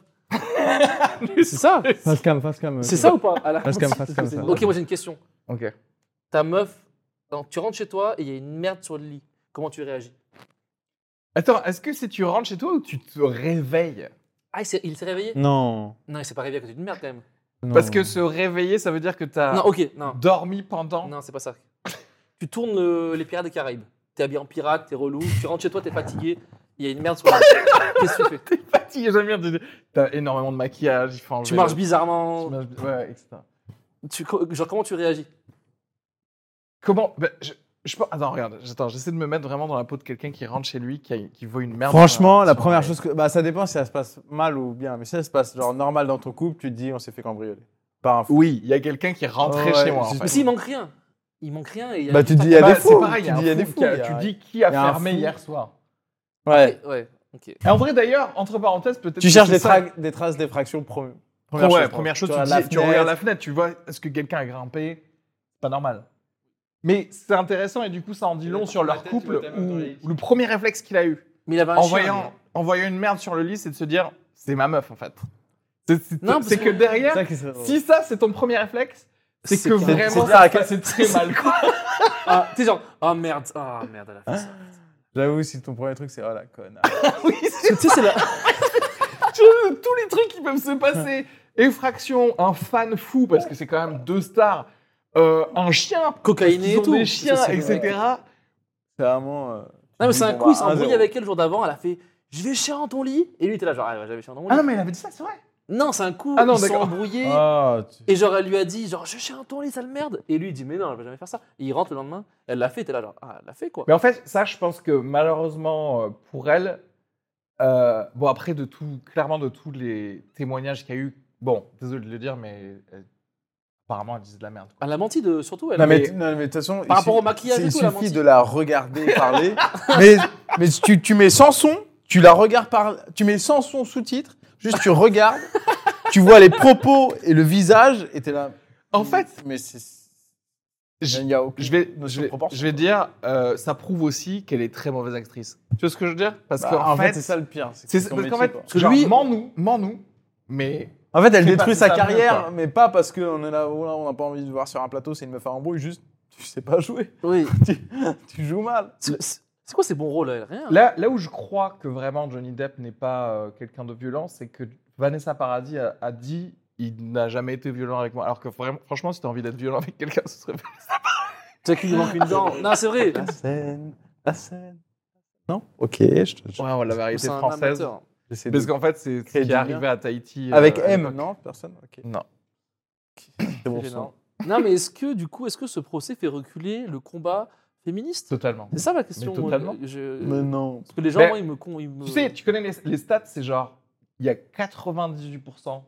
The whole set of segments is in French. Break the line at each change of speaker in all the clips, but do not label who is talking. c'est ça
Face cam, face cam. euh,
C'est ça ou pas Elle a
Parce
menti,
qu'elle- parce
parce que
qu'elle-
c'est-
ça.
Ok, moi j'ai une question.
Ok.
Ta meuf, quand tu rentres chez toi et il y a une merde sur le lit, comment tu réagis
Attends, est-ce que c'est tu rentres chez toi ou tu te réveilles
Ah, il s'est il s'est réveillé
Mm. Non.
Non, il s'est pas réveillé à côté d'une merde quand même.
non.
Parce que se réveiller, ça veut dire que t'as
Non, ok, non.
dormi pendant.
Non, c'est pas ça. Tu tournes euh, les Pirates des Caraïbes. T'es habillé en pirate, t'es relou, tu rentres chez toi, t'es fatigué, il y a une merde sur le lit. Qu'est-ce que tu fais
Fatigué, j'aime bien. de- T'as énormément de maquillage, il faut enlever
Tu marches
le-
bizarrement.
Tu marches bi- Ouais, etc.
Tu, genre, comment tu réagis
Comment bah, je... je pense- Attends, regarde. Attends, j'essaie de me mettre vraiment dans la peau de quelqu'un qui rentre chez lui, qui, a- qui voit une merde.
Franchement,
sur-
la
sur-
première chose que. Bah, ça dépend si ça se passe mal ou bien. Mais si ça se passe genre normal dans ton couple, tu te dis on s'est fait cambrioler. Par un fou.
Oui, il y a quelqu'un qui est rentré
Oh, ouais,
chez moi. en
juste-
fait.
Mais s'il manque rien. Il manque rien et il y a
Bah,
juste
tu te
un-
dis, il y a
Bah,
des
c'est
fous.
pareil, il y a
Tu
un
dis, il y a des
fou
fous,
qui a-
il y a-
Tu dis qui a
il y a un
fermé
fou.
hier soir.
Ouais.
Ouais, ok.
Et en vrai, d'ailleurs, entre parenthèses, peut-être.
Tu
que
cherches
c'est
des,
ça-
tra- des traces d'effraction pro- première
ouais,
chose.
première chose, tu,
vois,
dis-
la
tu regardes
fenêtre.
la fenêtre, tu vois, est-ce que quelqu'un a grimpé C'est pas normal. Mais c'est intéressant et du coup, ça en dit long sur leur couple. où Le premier réflexe qu'il a eu
Mais il avait un
en
chien,
voyant, en voyant une merde sur le lit, c'est de se dire c'est ma meuf en fait. C'est- c'est-
Non, parce
C'est
que-
que derrière,
Ça qui serait drôle.
si ça c'est ton premier réflexe, c'est
C'est
que
clair.
C'est-
vraiment
c'est clair
ça
à quel-
c'est très mal. quoi.
Ah, tu sais, genre, oh merde, ah merde, elle a fait ça.
J'avoue, si ton premier truc c'est oh la conne.
oui, c'est
Tu sais, c'est la.
tu vois, tous les trucs qui peuvent se passer. Effraction, un fan fou parce que c'est quand même deux stars, euh, un chien,
Cocaïné
ils
et
ont
tout.
des chiens,
Ça, c'est vrai.
etc.
C'est vraiment. euh,
Non, mais c'est un
Bon,
coup, il
bah,
s'est embrouillé
1-0.
avec elle le jour d'avant, elle a fait Je vais chier dans ton lit. Et lui, il était là, genre, ah, ouais, j'avais chier dans mon
Ah
lit.
non, mais il avait dit ça, c'est vrai.
non, c'est un coup,
Ah non,
ils se sont
d'accord.
embrouillés.
Ah, tu-
Et genre, elle lui a dit, genre, je chie dans ton lit, sale merde. Et lui, il dit, mais non, je vais jamais faire ça. Et il rentre le lendemain, elle l'a fait, t'es là, genre, ah, elle l'a fait quoi.
Mais en fait, ça, je pense que malheureusement euh, pour elle, euh, bon après de tout, clairement de tous les témoignages qu'il y a eu, bon, désolé de le dire, mais euh, apparemment elle disait de la merde. quoi.
Elle a menti de, surtout, elle
Non, mais
Mais-
non, mais de toute façon,
Par
il
rapport
su-
au maquillage
c'est-
et
il
tout, elle a
suffit
menti.
de la regarder parler. mais mais tu, tu mets sans son, tu la regardes par, tu mets sans son sous-titre, juste tu regardes, tu vois les propos et le visage, et t'es là.
En fait,
mais c'est.
je-
il y a aucune
Je vais, je
notion de
vais,
proportion.
je vais dire, euh, ça prouve aussi qu'elle est très mauvaise actrice. Tu vois ce que je veux dire Parce
Bah,
qu'en
en fait,
fait,
c'est ça le pire. c'est que
c'est
c'est son
parce qu'en
métier,
fait,
quoi.
Parce que
genre,
lui-
mens-nous, mens-nous, mais
En fait, elle
Fais
détruit
pas
sa
ça mieux,
carrière,
quoi.
mais pas parce qu'on est là, oh là, on n'a pas envie de voir sur un plateau, c'est une meuf à embrouille, juste tu sais pas jouer,
Oui.
tu joues mal.
C'est c'est quoi ces bons rôles, elle Rien.
Là, là où je crois que vraiment Johnny Depp n'est pas euh, quelqu'un de violent, c'est que Vanessa Paradis a, a dit il n'a jamais été violent avec moi. Alors que vraiment, franchement, si t'as envie d'être violent avec quelqu'un, ce serait.
Tu sais qu'il lui manque une dent. Non, c'est vrai.
La scène, la scène. Non Ok, je te
Ouais, la variété
C'est un
française.
amateur.
j'essaie de-
Parce qu'en fait, c'est ce
Créer
qui est
du
arrivé
lien.
à Tahiti. euh,
Avec M Non, personne Ok.
Non.
C'est bon sang.
Gênant. Non, mais est-ce que du coup, est-ce que ce procès fait reculer le combat féministe
Totalement.
C'est ça ma question.
Mais totalement.
euh, je-
Mais non.
Parce que les gens,
Mais-
moi, ils me con, ils me.
Tu sais, tu connais les, les stats, c'est genre, il y a 98%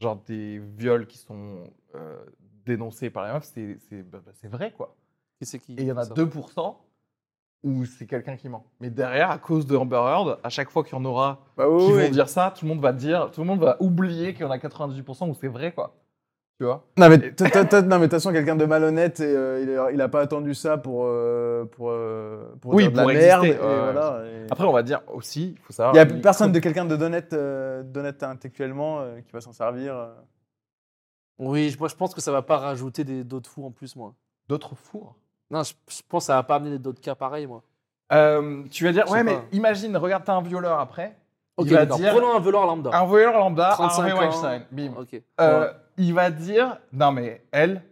genre des viols qui sont euh, dénoncés par les meufs, c'est, c'est, bah, bah, c'est vrai quoi.
Qui c'est qui
Et il y en a
ça
2% où c'est quelqu'un qui ment. Mais derrière, à cause de Amber Heard, à chaque fois qu'il y en aura
Bah
qui
oui,
vont dire ça, tout le monde va dire, tout le monde va oublier qu'il y en a 98% où c'est vrai quoi. Tu vois
Non mais t'as- t'as- t'as- non, mais de toute façon quelqu'un de malhonnête et euh, il, a, il a pas attendu ça pour euh, pour euh, pour
Oui,
dire de la
pour
merde
exister,
et
ouais, ouais.
voilà. et-
Après, on va dire aussi, il faut savoir.
Ah, Il y a
il-
personne de quelqu'un de d'honnête euh, d'honnête intellectuellement euh, qui va s'en servir. euh.
Oui, je- moi, je pense que ça va pas rajouter des- d'autres fous en plus, moi.
D'autres fours.
Non, je, je pense que ça va pas amener d'autres cas pareils, moi.
Euh, tu vas dire,
Je sais
ouais, mais
pas.
imagine, regarde, t'as un violeur après.
Ok,
il va
d'accord.
dire, Ah
Prenons un velours lambda.
Un voyeur lambda,
35
Harvey
ans.
Weinstein. Bim.
Ok.
Euh, Il va dire Non, mais elle,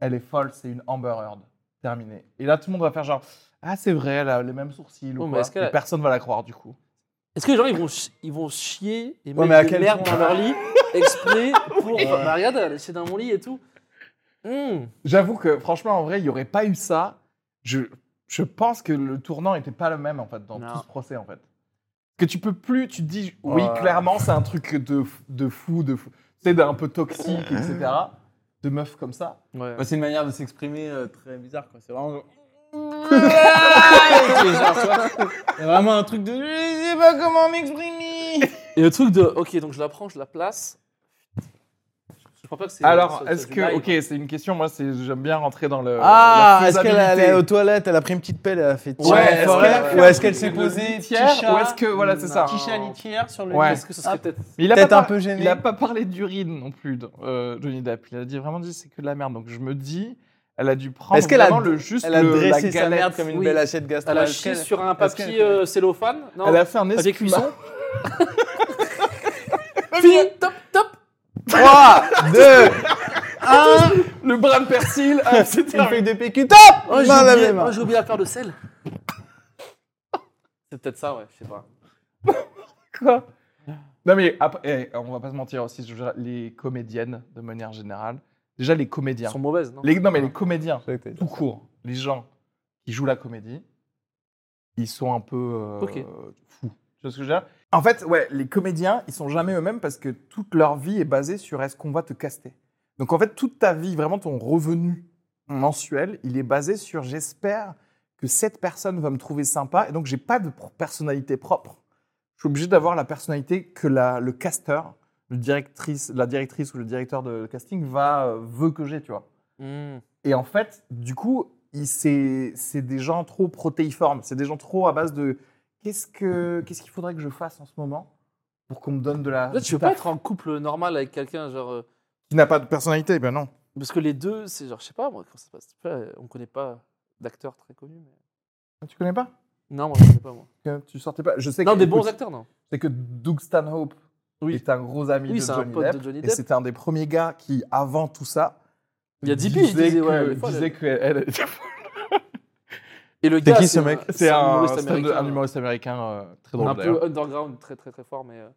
elle est folle, c'est une Amber Heard. Terminé. Et là, tout le monde va faire genre Ah, c'est vrai, elle a les mêmes sourcils.
Oh,
ou
mais
quoi.
est-ce qu'elle-
Et personne va la croire du coup.
Est-ce que les gens ils vont, chi- ils vont chier et
Ouais, mais
mettre
à
des
quel
merdes
point
dans leur lit exprès pour.
Ouais.
Bah, regarde, elle est chez dans mon lit et tout. Hmm.
J'avoue que franchement, en vrai, il n'y aurait pas eu ça. Je, je pense que le tournant n'était pas le même en fait dans
Non.
tout ce procès en fait. Que tu peux plus, tu te dis oui,
Ouais.
clairement, c'est un truc de, f- de fou, de fou, c'est d'un peu toxique, etc. De meuf comme ça.
Ouais.
Bah, c'est une manière de s'exprimer euh, très bizarre quoi. C'est vraiment vraiment un truc de je sais pas comment m'exprimer.
Et le truc de. Ok, donc je la prends, je la place. Je crois pas que c'est.
Alors,
ça- ça
est-ce
fait
que,
mal.
ok, c'est une question. Moi, c'est j'aime bien rentrer dans le.
Ah,
la
est-ce qu'elle
faisabilité.
est allée aux toilettes, elle a pris une petite pelle, elle a fait tiens,
Ouais,
est-ce
est-ce
qu'elle-
qu'elle a fait
ou
un
est-ce qu'elle
truc
s'est
de
posée
litière,
petit chat,
ou est-ce que- voilà, c'est ça.
Ah, petit chat litière sur le
Ouais.
Est-ce que ce serait
Ah.
peut-être.
Mais il a
Peut-être
pas
un
par-
peu gênée.
Il a pas parlé d'urine non plus, de- euh, Johnny Depp. Il a dit vraiment dit c'est que de la merde. Donc je me dis, elle a dû prendre
Est-ce qu'elle a-
vraiment le juste
Elle a
le- la
dressé sa Ah,
galette.
merde comme une
Oui.
belle assiette
Elle a
gastronomique.
chié sur un
est-ce qu'elle-
papier euh, cellophane Non.
Elle a fait un
Papier
escuma.
cuisson Fille, top, top
3, 2,
Ah,
1,
Le brin de persil. ah, c'est
une
terminé.
feuille de PQ, top
Oh, j'ai
Main lavée,
oublié,
main.
oh, j'ai oublié à faire le sel. C'est peut-être ça, ouais, je sais pas.
Quoi Non mais après, eh, on va pas se mentir aussi. je veux dire, les comédiennes de manière générale, déjà les
Elles
comédiens.
sont mauvaises, non
Les- non mais les comédiens. tout
Tout-
court, les gens qui jouent la comédie, ils sont un peu euh,
Ok.
fous. Tu vois ce que je veux dire En fait, ouais, les comédiens, ils sont jamais eux-mêmes parce que toute leur vie est basée sur est-ce qu'on va te caster. Donc en fait, toute ta vie, vraiment ton revenu mensuel, il est basé sur j'espère que cette personne va me trouver sympa et donc j'ai pas de pro- personnalité propre. Je suis obligé d'avoir la personnalité que la- le casteur, le directrice, la directrice ou le directeur de casting va euh, veut que j'ai, tu vois.
Hmm.
Et en fait, du coup, il- c'est c'est des gens trop protéiformes. C'est des gens trop à base de qu'est-ce que qu'est-ce qu'il faudrait que je fasse en ce moment pour qu'on me donne de la.
Là, tu
du
veux pas
taf
être en couple normal avec quelqu'un, genre. euh,
qui n'a pas de personnalité Ben non.
Parce que les deux, c'est genre, je sais pas, moi, comment ça se passe. Je sais pas, On connaît pas d'acteurs très connus. mais-
Tu connais pas
Non, moi, je connais pas, moi.
Que Tu sortais pas. Je sais
Non,
que,
des bons
écoute,
acteurs, non.
C'est que Doug Stanhope
Oui.
est un gros ami
Oui,
de
c'est un
Johnny
pote
Depp.
de Johnny
Et
Depp.
c'était un des premiers gars qui, avant tout ça,
Il y a 10
disait
piges, il disait, ouais,
que-
des fois,
disait que elle-
Et le
C'est
gars,
qui, ce mec
un-
c'est un,
humoriste
stand- un
américain,
humoriste américain euh, très drôle
Un
d'ailleurs.
peu underground, très très très fort, mais euh,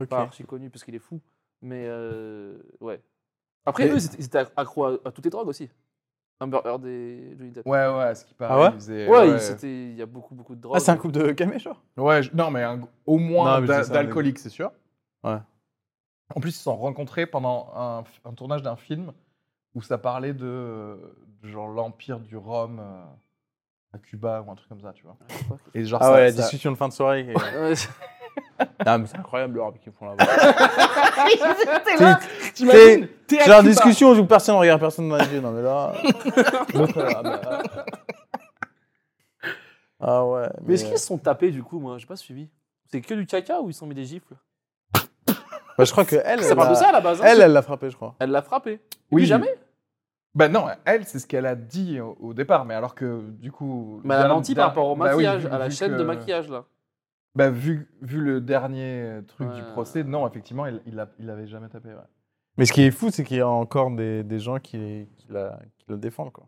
Ok.
pas archi connu parce qu'il est fou. Mais euh, ouais. Après,
Et-
eux, ils étaient- ils étaient accros à, à toutes les drogues aussi. Amber Heard et Johnny Depp.
Ouais, ouais, ce qui paraît.
Ah ouais
il faisait-
Ouais, ils- c'était- il y a beaucoup beaucoup de drogues.
Ah, c'est un couple de camé, genre
Ouais, je- non, mais un- au moins
Non, mais je
d'a-
dis ça,
d'alcoolique, c'est sûr.
Ouais.
En plus, ils se sont rencontrés pendant un, f- un tournage d'un film où ça parlait de, euh, de genre l'empire du rhum euh, à Cuba ou un truc comme ça, tu vois.
Je sais pas.
Et genre,
Ah
ça-
ouais, la
ça-
discussion de fin de soirée.
Ouais, c'est-
Non, mais c'est incroyable le rap qu'ils font là-bas.
T'es là, t'imagines,
t'es-
t'es à
Genre
Cuba.
discussion, où personne, on regarde personne dans les yeux. Non, mais là. l'autre, là, bah, Ah ouais.
Mais est-ce qu'ils se sont tapés du coup, moi J'ai pas suivi. C'est que du caca ou ils se sont mis des gifles
Bah, je crois que elle.
Ça
elle
parle de
l'a-
ça à la base. hein.
Elle, elle l'a frappé, je crois.
Elle l'a frappé.
Oui.
Lui, jamais.
Bah non, elle, c'est ce qu'elle a dit au, au départ, mais alors que du coup.
Mais elle a
dernier-
menti par rapport au
bah oui,
maquillage,
vu-
à la
vu
chaîne
que-
de maquillage là.
Bah vu, vu le dernier truc du
Ouais.
procès, non, effectivement, il, il, l'a- il l'avait jamais tapé. ouais.
Mais ce qui est fou, c'est qu'il y a encore des, des gens qui, qui la, qui la défendent, quoi.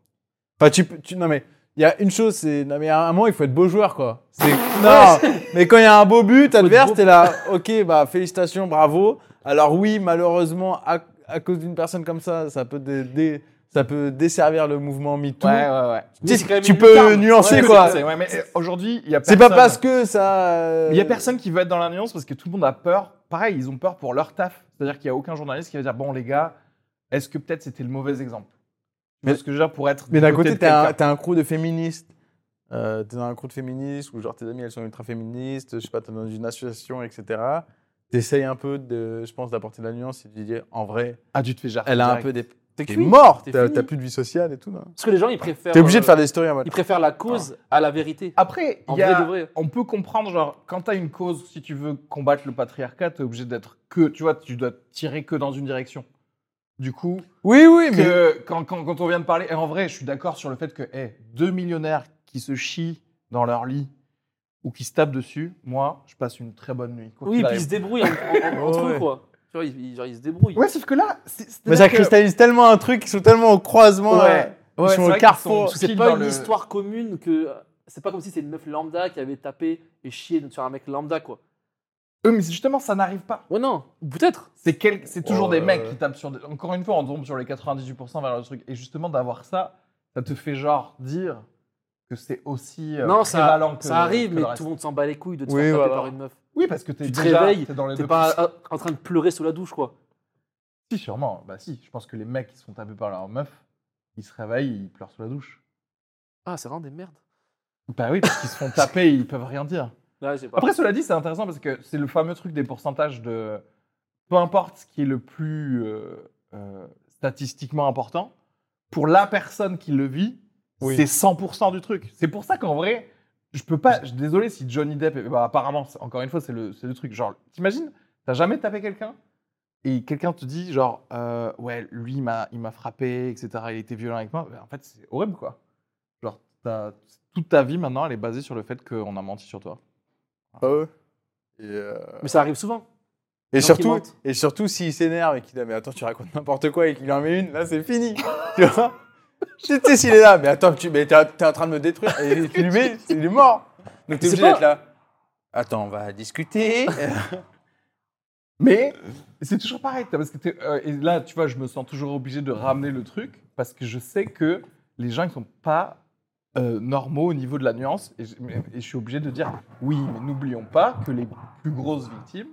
Enfin, tu, peux- tu- non, mais il y a une chose, c'est. Non, mais à un moment, il faut être beau joueur, quoi. C'est- non, mais quand il y a un beau but adverse, t'es là, ok, bah, félicitations, bravo. Alors, oui, malheureusement, à, à cause d'une personne comme ça, ça peut, dé- dé- ça peut desservir le mouvement MeToo.
ouais, ouais.
Tu sais,
c'est quand même
tu
une
peux
lucarne.
nuancer,
Ouais,
quoi.
C'est- ouais, mais euh, aujourd'hui, il y a
C'est pas
personne.
parce que ça. euh,
Mais Il y a personne qui veut être dans la nuance parce que tout le monde a peur. Pareil, ils ont peur pour leur taf. C'est-à-dire qu'il n'y a aucun journaliste qui va dire Bon, les gars, est-ce que peut-être c'était le mauvais exemple
Mais-
Mais ce que je veux dire pour être.
Mais
du
d'un côté,
de
t'es un,
quelqu'un.
t'es un crew de féministes. Euh, t'es dans un crew de féministes où genre tes amis elles sont ultra féministes, je sais pas, t'es dans une association, etc. T'essayes un peu de, je pense, d'apporter de la nuance et de dire en vrai,
Ah, tu te fais jarter
elle a un
direct.
peu des. T'es
cuit,
mort,
t'es
t'as
fini.
t'as plus de vie sociale et tout. non
Parce que les gens, ils préfèrent.
T'es obligé
euh,
de faire des Ah. stories en mode.
Ils préfèrent la cause à la vérité.
Après,
En
il y a-
vrai de vrai.
on peut comprendre, genre, quand tu as une cause, si tu veux combattre le patriarcat, tu es obligé d'être que. Tu vois, tu dois tirer que dans une direction. Du coup,
Oui, oui, mais.
que quand, quand- quand on vient de parler, et en vrai, je suis d'accord sur le fait que hey, deux millionnaires qui se chient dans leur lit ou qui se tapent dessus, moi, je passe une très bonne nuit. quoi
Oui,
qu'il
puis ils
arrive.
se débrouillent en- en- en- entre
Ouais.
eux, quoi. Tu vois, ils, ils- genre, ils se débrouillent.
Ouais, sauf que là, c'est- c'est-
Mais ça
c'est-à-dire que-
cristallise tellement un truc, ils sont tellement au croisement.
Ouais.
euh,
Ouais,
ils
c'est
sont
vrai
au
qu'ils
carrefour.
sont-
C'est
Style
pas
dans
une
le-
histoire commune que. euh, C'est pas comme si c'est une meuf lambda qui avait tapé et chié sur un mec lambda, quoi.
Euh, mais c'est justement, ça n'arrive pas.
Ouais, non, peut-être.
C'est quel- c'est toujours des
Ouais, ouais.
mecs qui tapent sur. des- Encore une fois, on tombe sur les 98% vers le truc. Et justement, d'avoir ça, ça te fait genre dire que c'est aussi euh,
non, ça,
prévalent que
ça
le-
arrive,
que
mais
le reste.
tout le monde s'en bat les couilles de te
Oui,
faire taper
voilà.
par une meuf.
Oui, parce que t'es
Tu te
déjà-
réveilles,
t'es dans les
T'es
deux
pas
pouces.
euh, en train de pleurer sous la douche, quoi.
Si, sûrement. Bah si, je pense que les mecs qui se font taper par leur meuf, ils se réveillent, ils pleurent sous la douche.
Ah, c'est vraiment des merdes.
Bah oui, parce qu'ils se font taper, ils peuvent rien dire.
Là, j'ai pas.
Après, cela dit, c'est intéressant parce que c'est le fameux truc des pourcentages de. Peu importe ce qui est le plus euh, euh, statistiquement important, pour la personne qui le vit,
Oui.
c'est 100% du truc. C'est pour ça qu'en vrai, je peux pas. Je, désolé si Johnny Depp. est- bah, apparemment, c'est- encore une fois, c'est le, c'est le truc. Genre, t'imagines, t'as jamais tapé quelqu'un et quelqu'un te dit, genre, euh, ouais, lui, il m'a il m'a frappé, etc., il était violent avec moi. Bah, en fait, c'est horrible, quoi. Genre, t'as- toute ta vie maintenant, elle est basée sur le fait qu'on a menti sur toi.
Ah ouais. Et, euh,
Mais ça arrive souvent. gens
Et
qui
surtout,
mentent.
et surtout s'il s'énerve et qu'il dit mais attends tu racontes n'importe quoi et qu'il en met une, là c'est fini. tu vois Tu sais s'il est là, mais attends tu mais t'es t'es en train de me détruire et tu lui mets, il est mort. Donc t'es
C'est
obligé
pas-
d'être là. Attends, on va discuter.
Mais c'est toujours pareil, t'as- parce que t'es- euh, et là, tu vois, je me sens toujours obligé de ramener le truc parce que je sais que les gens ne sont pas euh, normaux au niveau de la nuance et je, mais- et je suis obligé de dire oui, mais n'oublions pas que les plus grosses victimes,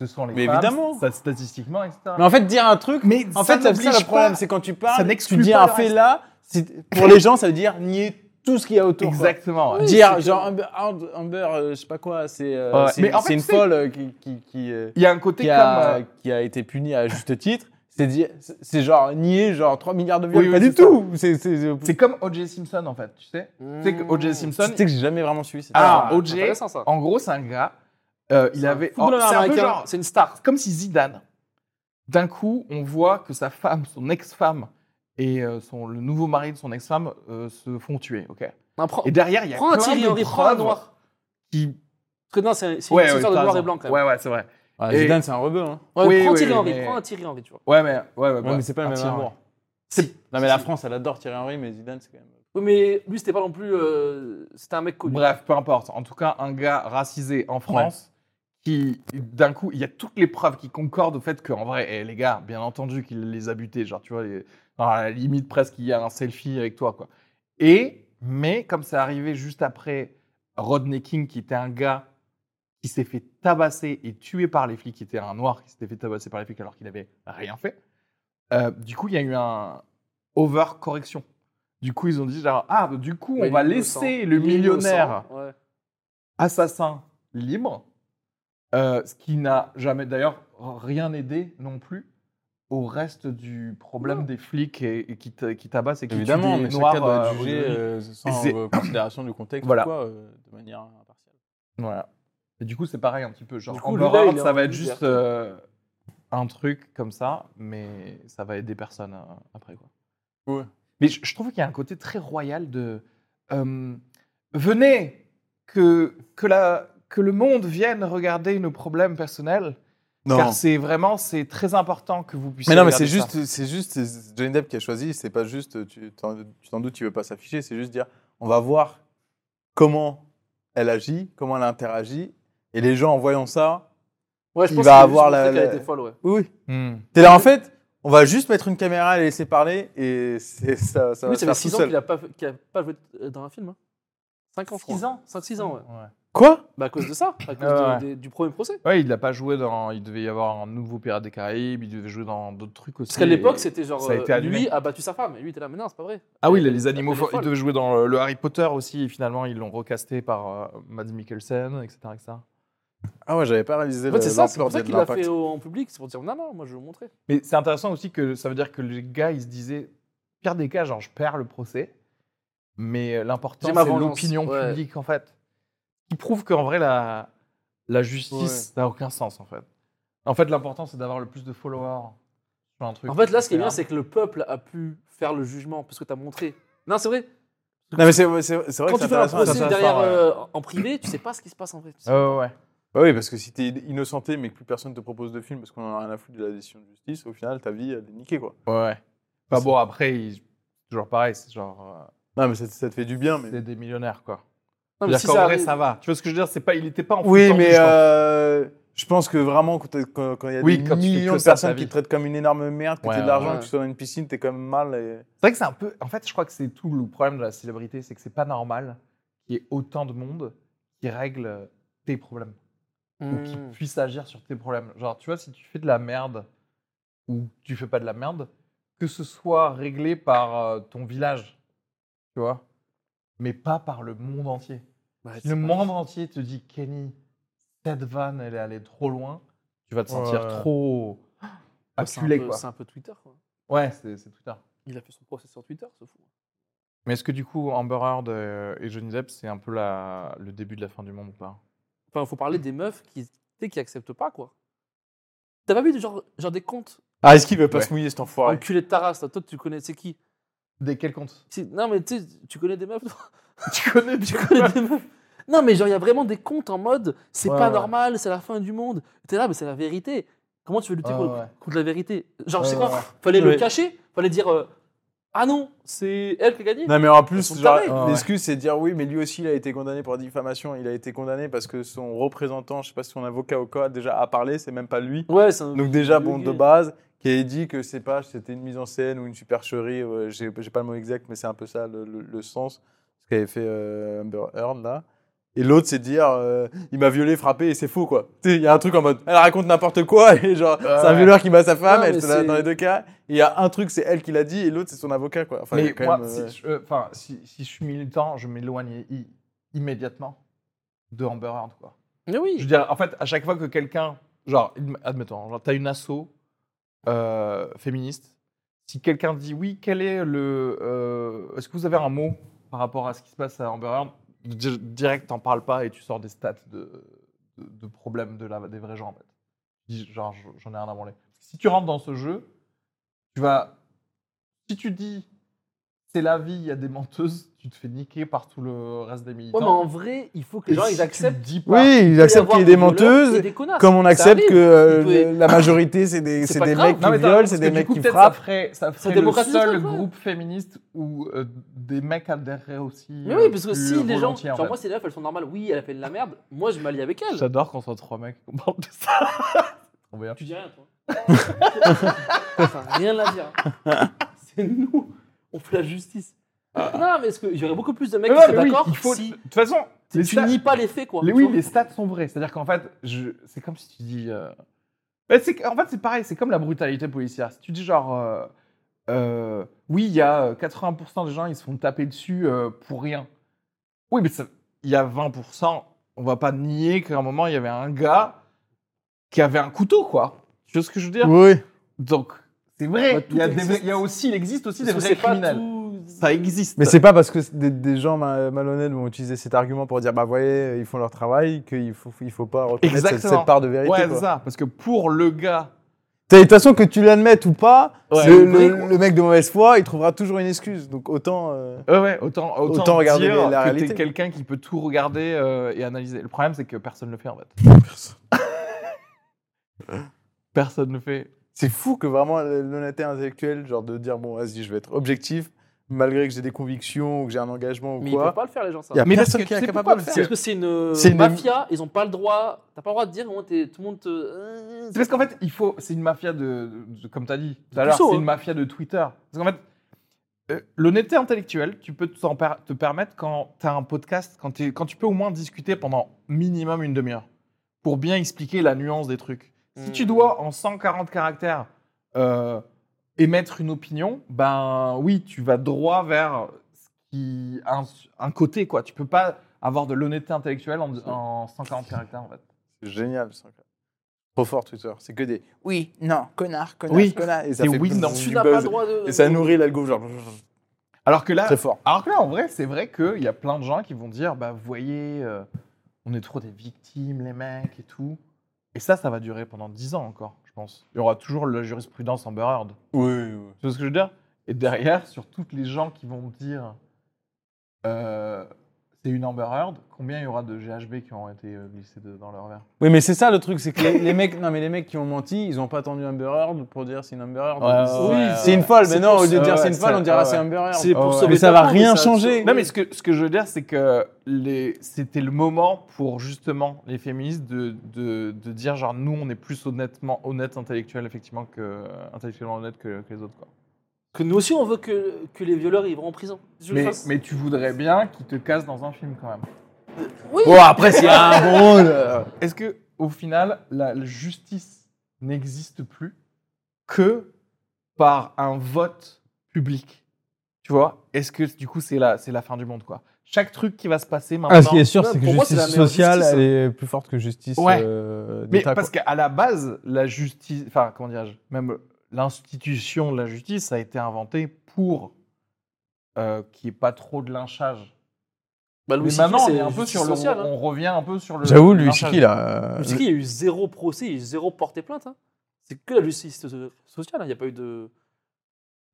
ce sont les
Mais
femmes,
évidemment.
ça- statistiquement, etc.
mais en fait dire un truc,
Mais
en
ça
fait c'est
n'oblige
ça le problème,
pas.
c'est quand tu
Ça
parles, tu
n'exclut
dis
pas
un
le
fait
reste.
là, c'est- pour les gens ça veut dire nier tout ce qu'il y a autour. quoi.
Exactement. ouais.
dire genre Amber, Amber, Amber, euh, je sais pas quoi, c'est euh,
Ouais.
c'est
Mais en
c'est
fait,
une
tu sais-
folle euh, qui qui, qui, euh,
Il y a un côté
qui
comme.
a,
euh,
qui a été puni à juste titre, c'est dit- c'est genre nier genre 3 milliards de viols.
Oui, oui,
pas du
c'est ça.
tout. C'est c'est- c'est-
c'est comme O.J. Simpson, en fait, tu sais. Tu sais que O.J. Simpson,
Tu sais que j'ai jamais vraiment suivi. cette
Alors,
histoire.
O.J.
Hmm. Ah, C'est intéressant, ça.
en gros, c'est un gars, euh, il
C'est un
avait. oh,
footballeur
c'est un peu
américain,
genre-
C'est une star.
C'est comme si Zidane, d'un coup, on voit que sa femme, son ex-femme et euh, son, le nouveau mari de son ex-femme euh, se font tuer. ok
Non, prends,
et derrière, il y a
prends un
plein
Thierry
de
Henry, prends un
preuves
noir.
qui...
Parce que non, c'est c'est une
Ouais, ouais,
histoire de
t'as
noir et
raison.
blanc, quand même.
Ouais, ouais, c'est vrai.
Ah,
et-
Zidane, c'est un rebeu. Hein.
Ouais,
Oui,
prends
oui,
Thierry
oui,
Henry,
mais-
prends un Thierry Henry, tu vois.
Ouais, mais, ouais, ouais,
Ouais,
bah,
mais c'est pas le
un
même
Thierry
amour.
Henry.
Non, mais la
Si.
France, elle adore Thierry Henry, mais Zidane, c'est quand même.
Oui, mais lui, c'était pas non plus. euh, C'était un mec connu.
Bref, peu importe. En tout cas, un gars racisé en France qui, d'un coup, il y a toutes les preuves qui concordent au fait qu'en vrai, eh, les gars, bien entendu qu'il les a butés. Genre, tu vois, les- dans la limite presque, il y a un selfie avec toi, quoi. Et, mais comme c'est arrivé juste après Rodney King, qui était un gars qui s'est fait tabasser et tuer par les flics, qui était un noir qui s'était fait tabasser par les flics alors qu'il n'avait rien fait, euh, du coup, il y a eu un over-correction. Du coup, ils ont dit genre, ah, bah, du coup,
Ouais,
on va
l'innocent.
laisser
hein?
le millionnaire
L'innocent, ouais.
assassin libre, euh, ce qui n'a jamais d'ailleurs rien aidé non plus au reste du problème
Non.
des flics et, et qui, ta- qui tabassent et qui
Évidemment,
tuent
mais
des noirs.
chacun doit
euh,
être jugé
aux États-Unis.
euh, sans
c'est-
euh, considération du contexte
Voilà.
ou quoi, euh, de manière impartiale.
Voilà. Et du coup, c'est pareil un petit peu. Genre,
Du coup,
Amber
lui, là, il
Heard,
est
ça
en
va être
liberté.
juste euh, un truc comme ça, mais ça va aider personne euh, après quoi.
Ouais.
Mais je, je trouve qu'il y a un côté très royal de euh, venez que que la que le monde vienne regarder nos problèmes personnels
Non.
Car c'est vraiment, c'est très important que vous puissiez.
Mais non, mais c'est
regarder ça.
juste, c'est juste c'est Johnny Depp qui a choisi. C'est pas juste, tu t'en tu t'en doutes, tu veux pas s'afficher. C'est juste dire, on va voir comment elle agit, comment elle interagit, et les gens en voyant ça,
Ouais, je
Il
pense
va
qu'il a
avoir
juste
la-
montré qu'elle
la-
était folle, ouais.
oui, oui.
Hmm.
T'es
Euh,
là en fait, on va juste mettre une caméra et laisser parler, et c'est ça, ça va
Lui,
se
ça fait
faire tout
6 ans qu'il
seul.
n'a pas, qu'il a pas joué euh, dans un film. 5 ans, 6 ans 5-6 ans, ouais.
Quoi
Bah, à cause de ça, à cause
Ah ouais.
de- des- du premier procès.
Ouais, il l'a pas joué dans. Il devait y avoir un nouveau Pirate des Caraïbes, il devait jouer dans d'autres trucs aussi.
Parce qu'à l'époque,
Et-
c'était genre.
ça a été
euh,
annulé.
lui a battu sa femme. Et lui, était là, mais non, c'est pas vrai.
Ah oui, les, les animaux.
Elle est
fo- Il
folle.
devait jouer dans euh, le, le Harry Potter aussi, et finalement, ils l'ont recasté par euh, Mads Mikkelsen, etc. etc.
Ah ouais, j'avais pas réalisé.
En fait,
le-
c'est ça, c'est
l'ampleur
pour ça
de
qu'il l'a
l'impact.
fait au- en public. C'est pour dire, non, non, moi, je vais vous montrer.
Mais c'est intéressant aussi que ça veut dire que les gars, ils se disaient, pire des cas, genre, je perds le procès, mais euh, l'important,
J'ai ma
c'est
vengeance,
l'opinion
ouais.
publique, en fait. Qui prouve qu'en vrai, la, la justice n'a aucun sens, en fait. En fait, l'important, c'est d'avoir le plus de followers sur un truc.
En fait, là, ce qui est bien, c'est que le peuple a pu faire le jugement parce que t'as montré. Non, c'est vrai.
Non mais c'est c'est- c'est vrai
euh, Quand
que
tu
c'est
fais un
intéressant.
procès
intéressant,
derrière
ouais. Ah
euh, en privé, tu sais pas ce qui se passe en vrai. Tu sais.
Ouais, ouais, ouais.
Bah oui, parce que si t'es innocenté mais que plus personne te propose de film parce qu'on en a rien à foutre de la décision de justice, au final ta vie elle est niquée quoi.
ouais, ouais. Bah bon, après, ils- c'est toujours pareil, c'est genre.
Non mais ça, ça te fait du bien
euh,
mais.
c'est des millionnaires, quoi.
Non, mais
C'est-à-dire
si
qu'en
ça
vrai,
arrive-
ça va. Tu vois ce que je veux dire c'est pas, Il n'était pas en
Oui
foutant du
mais
jeu.
euh, je pense que vraiment quand t'as- quand quand il y a
Oui,
des
quand tu fais
millions
que
de
ça, ta
personnes
vie.
qui te traitent comme une énorme merde, que
Ouais,
t'aies de l'argent,
ouais.
que tu sois dans une piscine, t'es quand même mal. Et...
C'est vrai que c'est un peu. En fait, je crois que c'est tout le problème de la célébrité, c'est que c'est pas normal qu'il y ait autant de monde qui règle tes problèmes ou qui
Hmm.
puisse agir sur tes problèmes. Genre, tu vois, si tu fais de la merde ou tu fais pas de la merde, que ce soit réglé par euh, ton village, tu vois, mais pas par le monde entier.
Bah, c'est
Si le
pas-
monde entier te dit Kenny, cette vanne, elle est allée trop loin, tu vas te sentir
Ouais.
trop
Oh, c'est un
acculé,
peu-
quoi.
C'est un peu Twitter, quoi.
Ouais, c'est c'est tout ça.
Il a fait son procès sur Twitter, ce fou.
Mais est-ce que du coup, Amber Heard euh, et Johnny Depp, c'est un peu la- le début de la fin du monde ou pas
Enfin, faut parler des meufs qui, tu sais, qui acceptent pas, quoi. T'as pas vu du genre, genre des comptes
Ah est-ce qu'il veut pas
Ouais.
se mouiller cet
en
enfoiré
enculés de ta race, là. Toi, tu connais, c'est qui
Des quels comptes
C'est- Non, mais tu sais, tu connais des meufs toi
Tu connais
Tu connais des meufs Non, mais genre, il y a vraiment des comptes en mode c'est
Ouais,
pas
ouais.
normal, c'est la fin du monde. T'es là, mais c'est la vérité. Comment tu veux lutter
Ouais,
contre,
ouais.
contre la vérité Genre, je sais
Ouais,
quoi
ouais, ouais.
Fallait le
Mais-
cacher Fallait dire euh, Ah non, c'est elle qui a gagné
Non mais en
Ils
plus
sont
genre,
tarés.
Ah ouais.
l'excuse c'est de dire oui mais lui aussi il a été condamné pour diffamation, il a été condamné parce que son représentant, je sais pas si son avocat ou quoi, déjà a parlé, c'est même pas lui.
Ouais, c'est un-
Donc déjà,
Le
bon, de
gay.
base, qui a dit que c'est pas, c'était une mise en scène ou une supercherie, euh, j'ai j'ai pas le mot exact, mais c'est un peu ça le, le- le sens, ce qu'avait fait euh, Amber Heard, là. Et l'autre, c'est de dire, euh, il m'a violé, frappé, et c'est faux, quoi. Tu sais, il y a un truc en mode, elle raconte n'importe quoi, et genre, c'est un
ouais.
violeur qui bat sa femme,
Non,
elle
mais
se la-
c'est-
dans les deux cas. Et il y a un truc, c'est elle qui l'a dit, et l'autre, c'est son avocat, quoi. Enfin, il y a
Mais
quand
moi,
même, euh,
si, je, euh, enfin, si, si je suis militant, je m'éloigne i- immédiatement de Amber Heard, quoi.
Mais
Je
oui
veux dire, en fait, à chaque fois que quelqu'un, genre, adm- admettons, genre, t'as une asso euh, féministe, si quelqu'un dit oui, quel est le, euh, est-ce que vous avez un mot par rapport à ce qui se passe à Amber Heard Di- Direct, t'en parles pas et tu sors des stats de, de, de problèmes de la, des vrais gens, en fait. Tu dis, Genre, j- j'en ai rien à branler. Si tu rentres dans ce jeu, tu vas, si tu dis c'est la vie, il y a des menteuses, tu te fais niquer par tout le reste des militants.
Ouais, mais en vrai, il faut que les
Et
gens,
si
ils
tu
acceptent.
dis pas-
Oui, ils acceptent qu'il y ait des menteuses, comme on accepte que euh,
Il peut-
le- la majorité, c'est des,
C'est
c'est
pas
des
grave.
mecs
Non, mais
qui
attends,
violent,
parce
c'est
que
des
du
mecs
coup,
qui
peut-être
frappent.
Ça ferait, ça
C'est
ferait le
démocratique,
seul
le truc, ouais.
groupe féministe où euh, des mecs adhéreraient aussi.
Mais
euh,
oui, parce que
plus
si les gens.
volontiers, en
Genre,
fait.
moi, si les meufs, elles sont normales, oui, elle a fait de la merde, moi, je m'allie avec elle.
J'adore qu'on soit trois mecs qui parle de ça. Trop bien.
Tu dis rien, toi. Enfin, rien à dire. hein. C'est nous. On fait la justice. Non, mais est-ce que- il y aurait beaucoup plus de mecs
Mais
qui
ouais,
seraient
mais oui,
d'accord
il faut-
si
De toute façon, les
tu
stats-
nies pas les faits, quoi.
les-
tu
oui,
vois.
les stats sont vrais. C'est-à-dire qu'en fait, je... c'est comme si tu dis. euh, bah, c'est... En fait, c'est pareil, c'est comme la brutalité policière. Si tu dis genre. euh, euh, oui, il y a euh, 80% des gens, ils se font taper dessus euh, pour rien. Oui, mais ça- il y a 20%. On va pas nier qu'à un moment, il y avait un gars qui avait un couteau, quoi. Tu vois ce que je veux dire
Oui.
Donc, c'est vrai.
Bah, tout
il, y a des
existe.
vrais- il y a aussi, il existe aussi
Parce
des
que
vrais
c'est pas
criminels.
tout-
Ça existe.
Mais c'est pas parce que des, des gens ma- malhonnêtes vont utiliser cet argument pour dire bah voyez ils font leur travail qu'il faut il faut pas reconnaître cette,
Exactement.
cette part de vérité.
Ouais,
quoi.
c'est ça. Parce que pour le gars
T'as- De toute façon que tu l'admettes ou pas,
Ouais.
le,
Oui,
le- le mec de mauvaise foi il trouvera toujours une excuse. Donc autant. euh,
Ouais, ouais, autant, autant,
Autant regarder
dire
les- la
que
réalité.
t'es quelqu'un qui peut tout regarder euh, et analyser. Le problème, c'est que personne ne le fait, en fait. Personne ne fait.
C'est fou que vraiment l'honnêteté intellectuelle, genre de dire bon, vas-y, je vais être objectif, malgré que j'ai des convictions ou que j'ai un engagement ou
Mais ils peuvent
quoi.
pas le faire, les gens, ça.
Il y a
Mais parce
personne
que
qui
tu
est
sais
capable
pourquoi
de le
parce
C'est
faire.
parce que c'est une,
C'est une-
mafia, ils ont pas le droit. T'as pas le droit de dire, oh, t'es- tout le monde te. euh,
C'est parce qu'en fait, il faut. C'est une mafia de, de- comme t'as dit tout à
Tout
l'heure.
ça,
C'est
hein.
une mafia de Twitter. Parce qu'en fait, euh, l'honnêteté intellectuelle, tu peux t'en per- te permettre quand t'as un podcast, quand, t'es- quand tu peux au moins discuter pendant minimum une demi-heure pour bien expliquer la nuance des trucs. Si tu
Hmm.
dois en 140 caractères euh, émettre une opinion, ben oui, tu vas droit vers ce qui un, un côté quoi. Tu peux pas avoir de l'honnêteté intellectuelle en, en 140 caractères en fait.
C'est génial, ça. Trop fort Twitter. C'est que des oui, non, connard, connard,
Oui.
connard. Et ça
Et
fait
oui,
bzzz,
non.
Tu
du
n'as pas le
buzz.
droit de.
Et ça nourrit l'algo, genre
Alors que là,
très fort.
Alors que là, en vrai, c'est vrai qu'il y a plein de gens qui vont dire, bah, vous voyez, euh, on est trop des victimes, les mecs, et tout. Et ça, ça va durer pendant 10 ans encore, je pense. Il y aura toujours la jurisprudence Amber Heard.
Oui, oui.
Tu vois ce que je veux dire Et derrière, sur toutes les gens qui vont dire, euh, c'est une Amber Heard, combien il y aura de GHB qui ont été euh, glissés de- dans leur verre
Oui, mais c'est ça le truc, c'est que les, les mecs, non mais les mecs qui ont menti, ils ont pas attendu Amber Heard pour dire c'est une Amber Heard.
Ouais,
Oui,
ouais,
c'est
ouais.
une folle, mais
C'est
non,
pour
au lieu de
ça,
dire
ouais,
c'est une
c'est-
folle, on dira
ouais,
c'est
ouais.
Amber Heard.
C'est pour
Ouais,
sauver
mais ça
ta
va
peau,
rien
ça-
changer.
Non, mais ce que, ce que je veux dire, c'est que les, c'était le moment pour justement les féministes de, de, de dire genre nous, on est plus honnêtement honnêtes intellectuels, effectivement, que, intellectuellement honnêtes que, que les autres. Quoi.
Que nous aussi, on veut que, que les violeurs ils vont en prison. Je le
Mais,
fasse.
mais tu voudrais bien qu'ils te cassent dans un film quand même.
Oui.
Bon, après, s'il y a un bon rôle. euh,
Est-ce que au final, la la justice n'existe plus que par un vote public Tu vois Est-ce que du coup, c'est la, c'est la fin du monde quoi Chaque truc qui va se passer maintenant.
Ah, ce qui est sûr,
Ouais,
c'est que
pour moi, c'est
justice
la meilleure
sociale,
justice, hein.
elle est plus forte que justice
Ouais.
euh,
Mais
d'État.
parce qu'à la base, la justice, enfin, comment dirais-je, même l'institution de la justice a été inventée pour euh, qu'il n'y ait pas trop de lynchage.
Bah,
Mais
Louis
maintenant,
CQ,
on,
c'est
est un peu
justice
sur le,
sociale, hein.
on revient un peu sur le.
J'avoue,
le
lui,
lynchage.
c'est qui là euh,
Lucie, il y a eu zéro procès, il y a eu zéro porté plainte. hein. C'est que la justice so- sociale, hein, il n'y a pas eu de.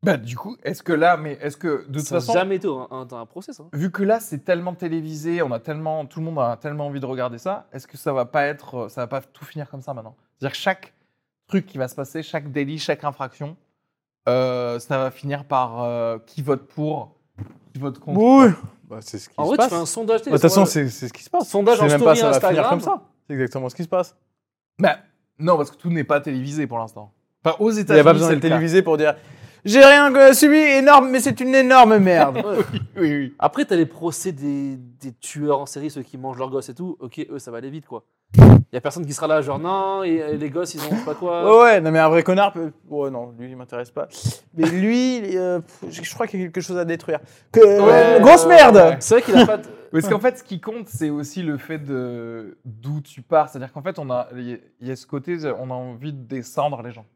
Bah, du coup, est-ce que là, mais est-ce que de toute
ça a
façon,
jamais été un, un- un procès, ça. hein.
vu que là, c'est tellement télévisé, on a tellement, tout le monde a tellement envie de regarder ça, est-ce que ça va pas être, euh, ça va pas tout finir comme ça maintenant C'est-à-dire que chaque truc qui va se passer, chaque délit, chaque infraction, euh, ça va finir par euh, qui vote pour, qui vote contre.
Oui. Bah, c'est ce qui
En
se
vrai, tu
passe.
fais un sondage. tu sais,
Bah, De toute façon,
sondage-
c'est c'est ce qui se passe.
sondage
C'est
en
même
story
pas, ça va
Instagram.
finir comme ça. C'est exactement ce qui se passe.
Bah, non, parce que tout n'est pas télévisé pour l'instant. Enfin, aux
Il n'y
États-Unis,
a pas besoin
c'est
de
le cas.
téléviser pour dire j'ai rien que subi énorme, mais c'est une énorme merde.
Ouais.
Oui, oui.
Après, t'as les procès des, des tueurs en série, ceux qui mangent leurs gosses et tout. Ok, eux, ça va aller vite, quoi. Il n'y a personne qui sera là, genre non, et, et les gosses, ils ont je sais pas quoi.
Ouais, ouais, non mais un vrai connard peut. Ouais, non, lui il m'intéresse pas. Mais lui, euh, pff, je crois qu'il y a quelque chose à détruire. Que-
Ouais,
grosse
euh,
merde
ouais.
C'est vrai qu'il a pas. de-
Parce qu'en fait, ce qui compte, c'est aussi le fait de d'où tu pars. C'est-à-dire qu'en fait, on a, il y a- il y a ce côté, on a envie de descendre les gens.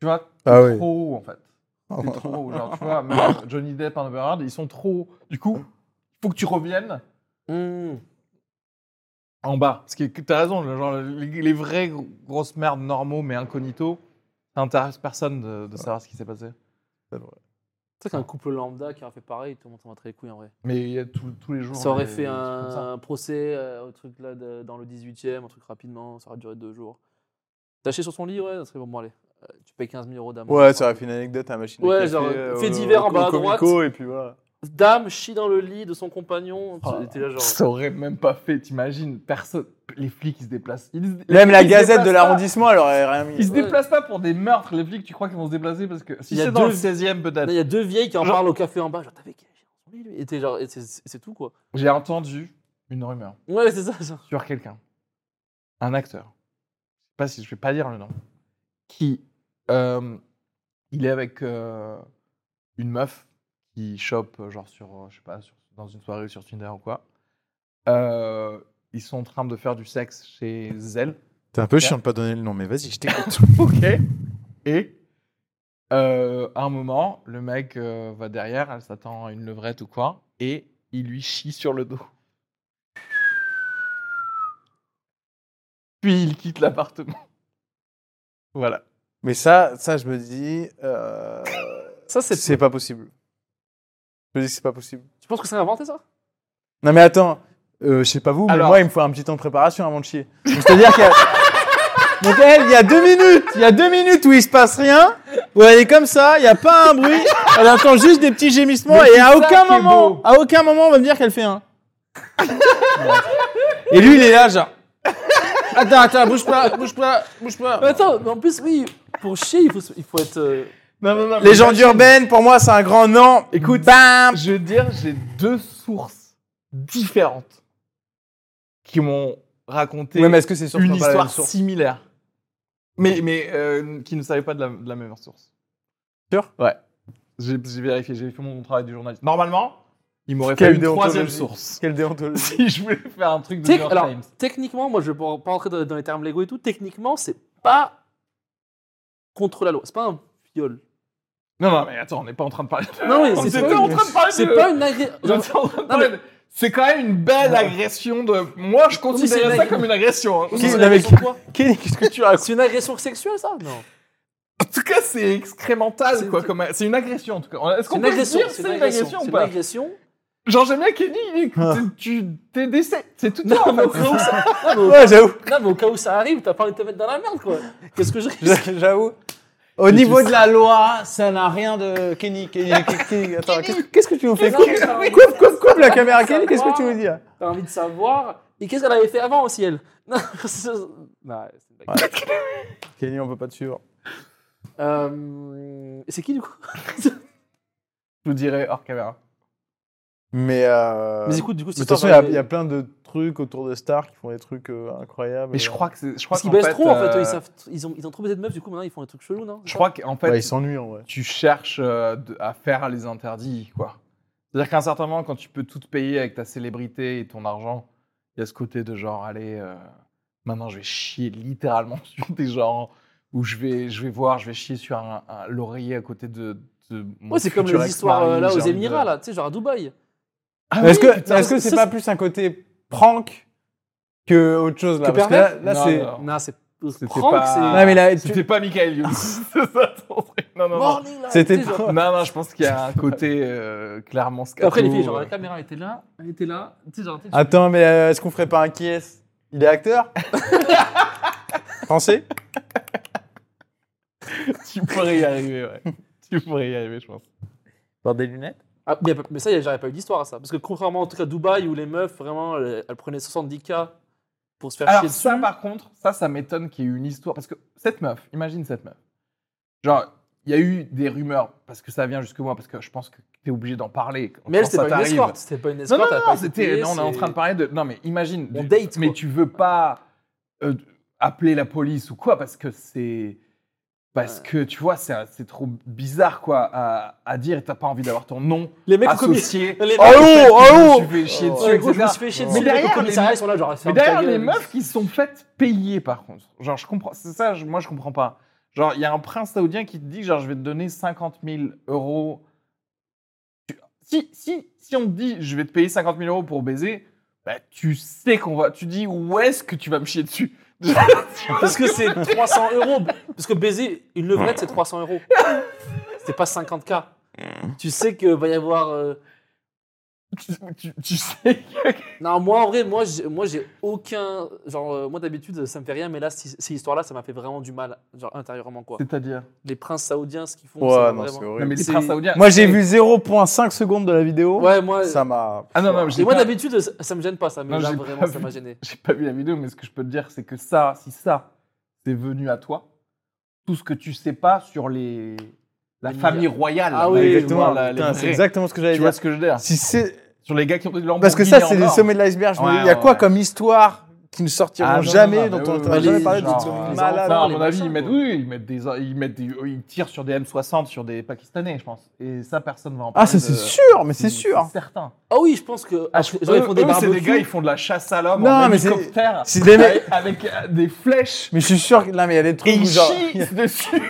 Tu vois, t'es
Ah oui.
trop haut en fait. T'es trop haut, genre, tu vois, même Johnny Depp, Amber Heard, ils sont trop hauts. Du coup, faut que tu reviennes
Hmm.
en bas. Parce que t'as raison, le- genre, les, les vraies gro- grosses merdes normaux mais incognito, ça intéresse personne de, de savoir ce qui s'est passé.
C'est vrai qu'un couple lambda qui aurait fait pareil, tout le monde s'en très les couilles en vrai.
Mais il y a tous- tous les jours.
Ça aurait
des-
fait
des trucs comme ça.
un, un procès euh, au truc là de- dans le 18e, un truc rapidement, ça aurait duré deux jours. Taché sur son lit, ouais, ça serait bon, bon, allez. Euh, tu payes 15 000 euros d'amende.
Ouais, ça aurait fait une anecdote à la machine. à
Ouais,
café,
genre,
euh,
fait
au-
divers en
au
bas à
Comico,
droite.
Et puis voilà.
Dame chie dans le lit de son compagnon.
Oh.
T'étais là, genre.
Ça aurait même pas fait, t'imagines, personne. Les flics, ils se déplacent. Ils- les
Même la
flics, ils se
gazette
déplacent
de
pas.
l'arrondissement, elle aurait rien
Ils
mis.
se
Ouais.
déplacent pas pour des meurtres, les flics, tu crois qu'ils vont se déplacer parce que si
Il y a
c'est dans le
deux-
16e peut-être.
Il y a deux vieilles qui en
Genre-
parlent au café en bas, genre t'avais quel âge dans son lit, lui Et t'es genre, et c'est- c'est c'est tout quoi.
J'ai entendu une rumeur
Ouais, c'est ça, ça.
sur quelqu'un, un acteur, je sais pas si je vais pas dire le nom, qui euh, il est avec euh, une meuf qui chope euh, genre sur euh, je sais pas sur- dans une soirée ou sur Tinder ou quoi. Euh, ils sont en train de faire du sexe chez elle.
T'es un peu
chiant
de pas donner le nom, mais vas-y, je t'écoute.
Ok. Et euh, à un moment, le mec euh, va derrière, elle s'attend à une levrette ou quoi, et il lui chie sur le dos. Puis il quitte l'appartement. Voilà.
mais ça, ça, je me dis. euh,
Ça, c'est.
c'est pas possible. Je me dis que c'est pas possible.
Tu penses que c'est inventé ça
Non, mais attends, euh, je sais pas vous, mais
Alors-
moi, il me faut un petit temps de préparation avant de chier. Donc, C'est-à-dire qu'il y a- Donc elle, il y a deux minutes, il y a deux minutes où il se passe rien, où elle est comme ça, il n'y a pas un bruit, elle entend juste des petits gémissements et à aucun moment, à aucun moment on va me dire qu'elle fait un. et lui, il est là, genre. Attends, attends, bouge pas, bouge pas, bouge pas.
Mais attends, mais en plus, oui, pour chier, il faut, se- il faut être. euh,
Légende urbaine, pour moi, c'est un grand nom.
Écoute,
Bam
je veux dire, j'ai deux sources différentes qui m'ont raconté
Ouais, mais est-ce que c'est sûr que
une
c'est pas la
histoire
même source
similaire, mais, mais euh, qui ne savait pas de la, de la même source.
Sûr
Ouais. J'ai j'ai vérifié, j'ai fait mon travail de journaliste. Normalement, il m'aurait
Quelle
fallu une
déontologie.
troisième source.
Quelle déontologie.
Si je voulais faire un truc de New
Tec-
York
alors,
Times.
techniquement, moi, je ne vais pas pas rentrer dans, dans les termes légaux et tout. Techniquement, c'est pas contre la loi. C'est pas un viol.
Non, non, mais attends, on n'est pas en train de parler de...
Non, mais
On
c'est
était
pas,
en train de parler
c'est
de...
pas une agré-
On était en train de parler de- C'est quand même une belle agression de... Moi, je
c'est une
considère ça
agre-
comme une agression. hein.
Oui, mais c'est
Qui-
une
non, mais
agression de quoi
Qu'est-ce que tu racontes
C'est une agression sexuelle, ça Non.
En tout cas, c'est excrémental,
C'est-
quoi. comme- C'est une agression, en tout cas. Est-ce
C'est
qu'on
une
peut
agression.
dire que
C'est
c'est une agression
C'est
ou
une
pas
agression.
Genre, j'aime bien Kenny, il est-
Ah.
tu- tu t'es décès. C'est tout.
Non, mais au cas où ça, non, mais au-
Ouais, j'avoue.
non, mais au cas où ça arrive, t'as pas envie de te mettre dans la merde, quoi. Qu'est-ce que je risque
J'avoue. Au niveau de la loi, ça n'a rien de. Kenny, Kenny, Kenny, Kenny, Attends, qu'est-ce- qu'est-ce que tu nous fais Ah
Non,
coupe,
mais ça-
coupe, coupe, coupe la caméra,
Ça
Kenny, qu'est-ce que
va.
tu veux dire
T'as envie de savoir. Et qu'est-ce qu'elle avait fait avant aussi, elle Non, c'est- non, c'est une blague.
Kenny, on peut pas te suivre.
Euh, C'est qui, du coup
Je vous dirai hors caméra.
Mais. Euh...
Mais écoute, du coup,
mais de
c'est
toute façon, il y a- il y, a plein de trucs autour de stars qui font des trucs euh, incroyables.
Mais je crois que c'est. je crois
Parce qu'ils
qu'en
baissent trop en fait,
euh,
eux, ils, savent, ils, ont, ils ont trop baisé de meufs, du coup maintenant ils font un truc chelou, non
Je crois qu'en fait,
Bah, ils s'ennuient en vrai.
tu cherches euh, de- à faire les interdits, quoi. C'est-à-dire qu'à un certain moment, quand tu peux tout te payer avec ta célébrité et ton argent, il y a ce côté de genre, allez, euh, maintenant je vais chier littéralement sur des gens, ou je vais, je vais voir, je vais chier sur un, un laurier à côté de. de mon
Ouais, c'est comme
futur
les histoires euh,
ex-mari,
là
j'ai
aux
envie de-
Émirats, là, tu sais, genre à Dubaï.
Ah
Mais Est-ce
oui,
que
putain,
est-ce que
ça,
c'est
ça,
pas plus un côté prank que autre chose là
Que
Parce que là,
pervers
là,
Non,
c'est.
non.
Non, c'est
C'était
prank,
pas- Ah
c'est.
Non, mais là, tu-
C'était pas Michael Youn. c'est ça ton truc. Non, non, non.
Morning, là,
c'était
tu sais, genre-
pas.
Non, non, je pense qu'il y a un côté euh, clairement scato.
Après les filles, genre la caméra était là, elle était là, tu sais, genre.
Ah.
tu sais,
Attends, mais euh, est-ce qu'on ferait pas un qui est Il est acteur Français
Tu pourrais y arriver, ouais. tu pourrais y arriver, je pense.
Par des lunettes
Ah, mais, mais ça, j'aurais pas eu d'histoire à ça. Parce que contrairement en tout cas à Dubaï où les meufs, vraiment, euh, elles, elles prenaient 70K pour se faire
Alors
chier dessus.
ça, par contre, ça, ça m'étonne qu'il y ait eu une histoire. Parce que cette meuf, imagine cette meuf. Genre, il y a eu des rumeurs, parce que ça vient jusque moi, parce que je pense que t'es obligé d'en parler.
Mais elle,
Quand ça
c'était pas une
t'arrive.
escorte, c'était pas une
Non,
escorte.
non,
elle a
non,
pas
non,
été
c'était...
payée,
Non, on est en train de parler de... Non, mais imagine...
On
du-
date,
Mais
quoi.
tu veux pas euh, appeler la police ou quoi, parce que c'est... Parce
Ouais.
que, tu vois, c'est un- c'est trop bizarre, quoi, à, à dire. T'as pas envie d'avoir ton nom
Les mecs au commis-
associé.
les mecs-
Au fait
oh,
que Je
oh
me suis fait chier
Oh,
dessus,
Ouais, gros, je me
etc.
suis fait chier
Mais
dessus.
derrière,
les
les
commissariats, ils sont là, genre, à se
Mais
faire
derrière,
ta gueule.
les meufs qui se sont faites payer, par contre. Genre, je comprends. C'est ça, je- moi, je comprends pas. Genre, il y a un prince saoudien qui te dit, genre, je vais te donner 50 000 euros. Tu- Si, si, si on te dit, je vais te payer 50 000 euros pour baiser, bah, tu sais qu'on va. Tu dis, où est-ce que tu vas me chier dessus
Parce que c'est 300 euros. Parce que baiser une levrette, c'est 300 euros. C'est pas 50K. Tu sais que va y avoir. euh,
tu, tu- tu sais.
Non, moi en vrai, moi j'ai, moi j'ai aucun. Genre, euh, moi d'habitude, ça me fait rien, mais là, si- ces histoires-là, ça m'a fait vraiment du mal, genre intérieurement quoi.
C'est-à-dire
Les princes saoudiens, ce qu'ils font, ça m'a
Ouais, non, c'est
Non,
vraiment.
mais
horrible.
les
C'est-
princes saoudiens.
Moi, j'ai vu 0,5 secondes de la vidéo.
Ouais, moi.
Ça m'a.
Ah non, non, j'ai
Et moi
pas-
d'habitude, ça, ça me gêne pas, ça, mais
Non,
là
j'ai
vraiment,
pas
ça
vu.
m'a gêné.
J'ai pas vu la vidéo, mais ce que je peux te dire, c'est que ça, si ça, c'est venu à toi, tout ce que tu sais pas sur les la
Les
famille
milliards.
royale.
Ah
là,
oui,
les-
exactement.
voilà, les
Putain,
vrais.
c'est exactement ce que j'allais
Tu vois
dire.
ce que je veux dire
Si c'est
Sur les gars qui ont de leur
parce que ça, c'est les sommets de l'iceberg. je me
Ouais,
dis, Il y a
ouais,
quoi
ouais.
comme histoire qui ne sortiront
Ah, non,
jamais,
non, non, mais
dont on
oui,
n'a
oui,
jamais
oui,
parlé,
genre,
des trucs
les
malades.
Non, à
les
mon avis,
machins,
ils mettent,
quoi.
oui, ils mettent des, ils mettent des, ils tirent sur des M60 sur des Pakistanais, je pense. Et ça, personne va en parler.
Ah, ça,
de-
c'est sûr, mais c'est sûr.
certain.
Ah oui, je pense que.
Ah, je-
les gens, ils
eux,
font des
eux, c'est
barbecues.
des gars, ils font de la chasse à l'homme
Non,
en
mais c'est-
hélicoptère
C'est des mecs.
avec, avec, euh, des flèches.
Mais je suis sûr que là, mais il y a des
Et
trucs où
ils
genre.
chient dessus.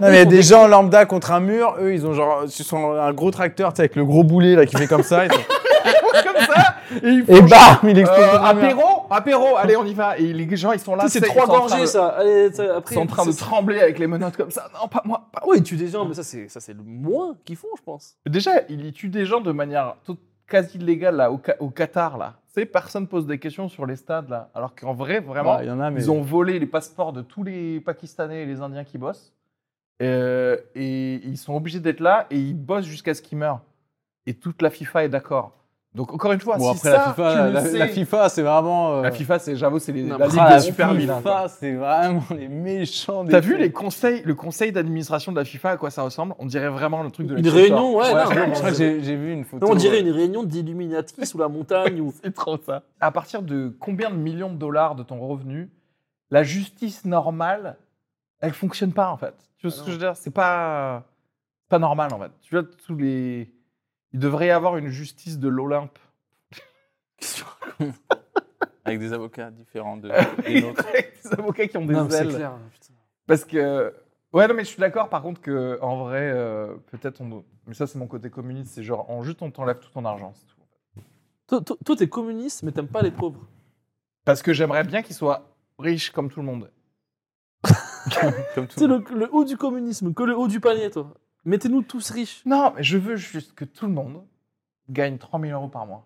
Non, mais il y a des gens lambda contre un mur. Eux, ils ont genre, ils sont un gros tracteur, tu sais, avec le gros boulet là qui fait comme ça. ils sont-
comme ça. Et ils
Et bah,
font
bam, il explose.
Euh,
contre un mur.
apéro, apéro, allez, on y va. Et les gens, ils sont là.
Tu sais, C'est
tu sais,
trois
ils sont en train
gorgées
de-
ça. Allez, ça,
Ils
après.
sont en train de
ça-
trembler avec les menottes comme ça. Non, pas moi. pas-
Ah oui, ils tuent des gens, mais ça c'est, ça, c'est le moins qu'ils font, je pense.
Déjà, il y tue des gens de manière tout- quasi légal là, au, Ca- au Qatar, là. Tu sais, personne pose des questions sur les stades, là. Alors qu'en vrai, vraiment,
Bah, il y en a, mais.
ils ont volé les passeports de tous les Pakistanais et les Indiens qui bossent. Euh, et ils sont obligés d'être là et ils bossent jusqu'à ce qu'ils meurent. Et toute la FIFA est d'accord. Donc, encore une fois,
Bon,
si
après,
ça,
la
tu
FIFA,
le
la,
sais-
la FIFA, c'est vraiment. euh,
la FIFA, c'est, j'avoue, c'est les,
Non,
la
mais
ligue
ah,
des
la
super vilains. quoi.
FIFA, c'est vraiment les méchants des.
T'as vu les conseils, le conseil d'administration de la FIFA, à quoi ça ressemble On dirait vraiment le truc de la
Une
FIFA.
réunion, ouais,
Ouais,
non,
je
non,
crois que
c'est-
j'ai j'ai vu une photo.
non, on dirait
euh,
une réunion d'illuminati sous la montagne ou
C'est trop ça. À partir de combien de millions de dollars de ton revenu, la justice normale, elle fonctionne pas en fait. Tu vois ce que je veux dire C'est pas c'est pas normal en fait. Tu vois tous les, il devrait y avoir une justice de l'Olympe.
Avec des avocats différents de des
Des
nôtres.
avocats qui ont des
Non, mais c'est
ailes.
clair. putain.
Parce que. Ouais, non, mais je suis d'accord, par contre, que en vrai, euh, peut-être on. Mais ça, c'est mon côté communiste, c'est genre, en juste, on t'enlève tout ton argent, c'est tout.
Toi- toi- Toi, t'es communiste, mais t'aimes pas les pauvres.
Parce que j'aimerais bien qu'ils soient riches comme tout le monde.
Comme tout.
C'est le, le haut du communisme, que le haut du panier, toi. Mettez-nous tous riches.
Non, mais je veux juste que tout le monde gagne 3000 euros par mois.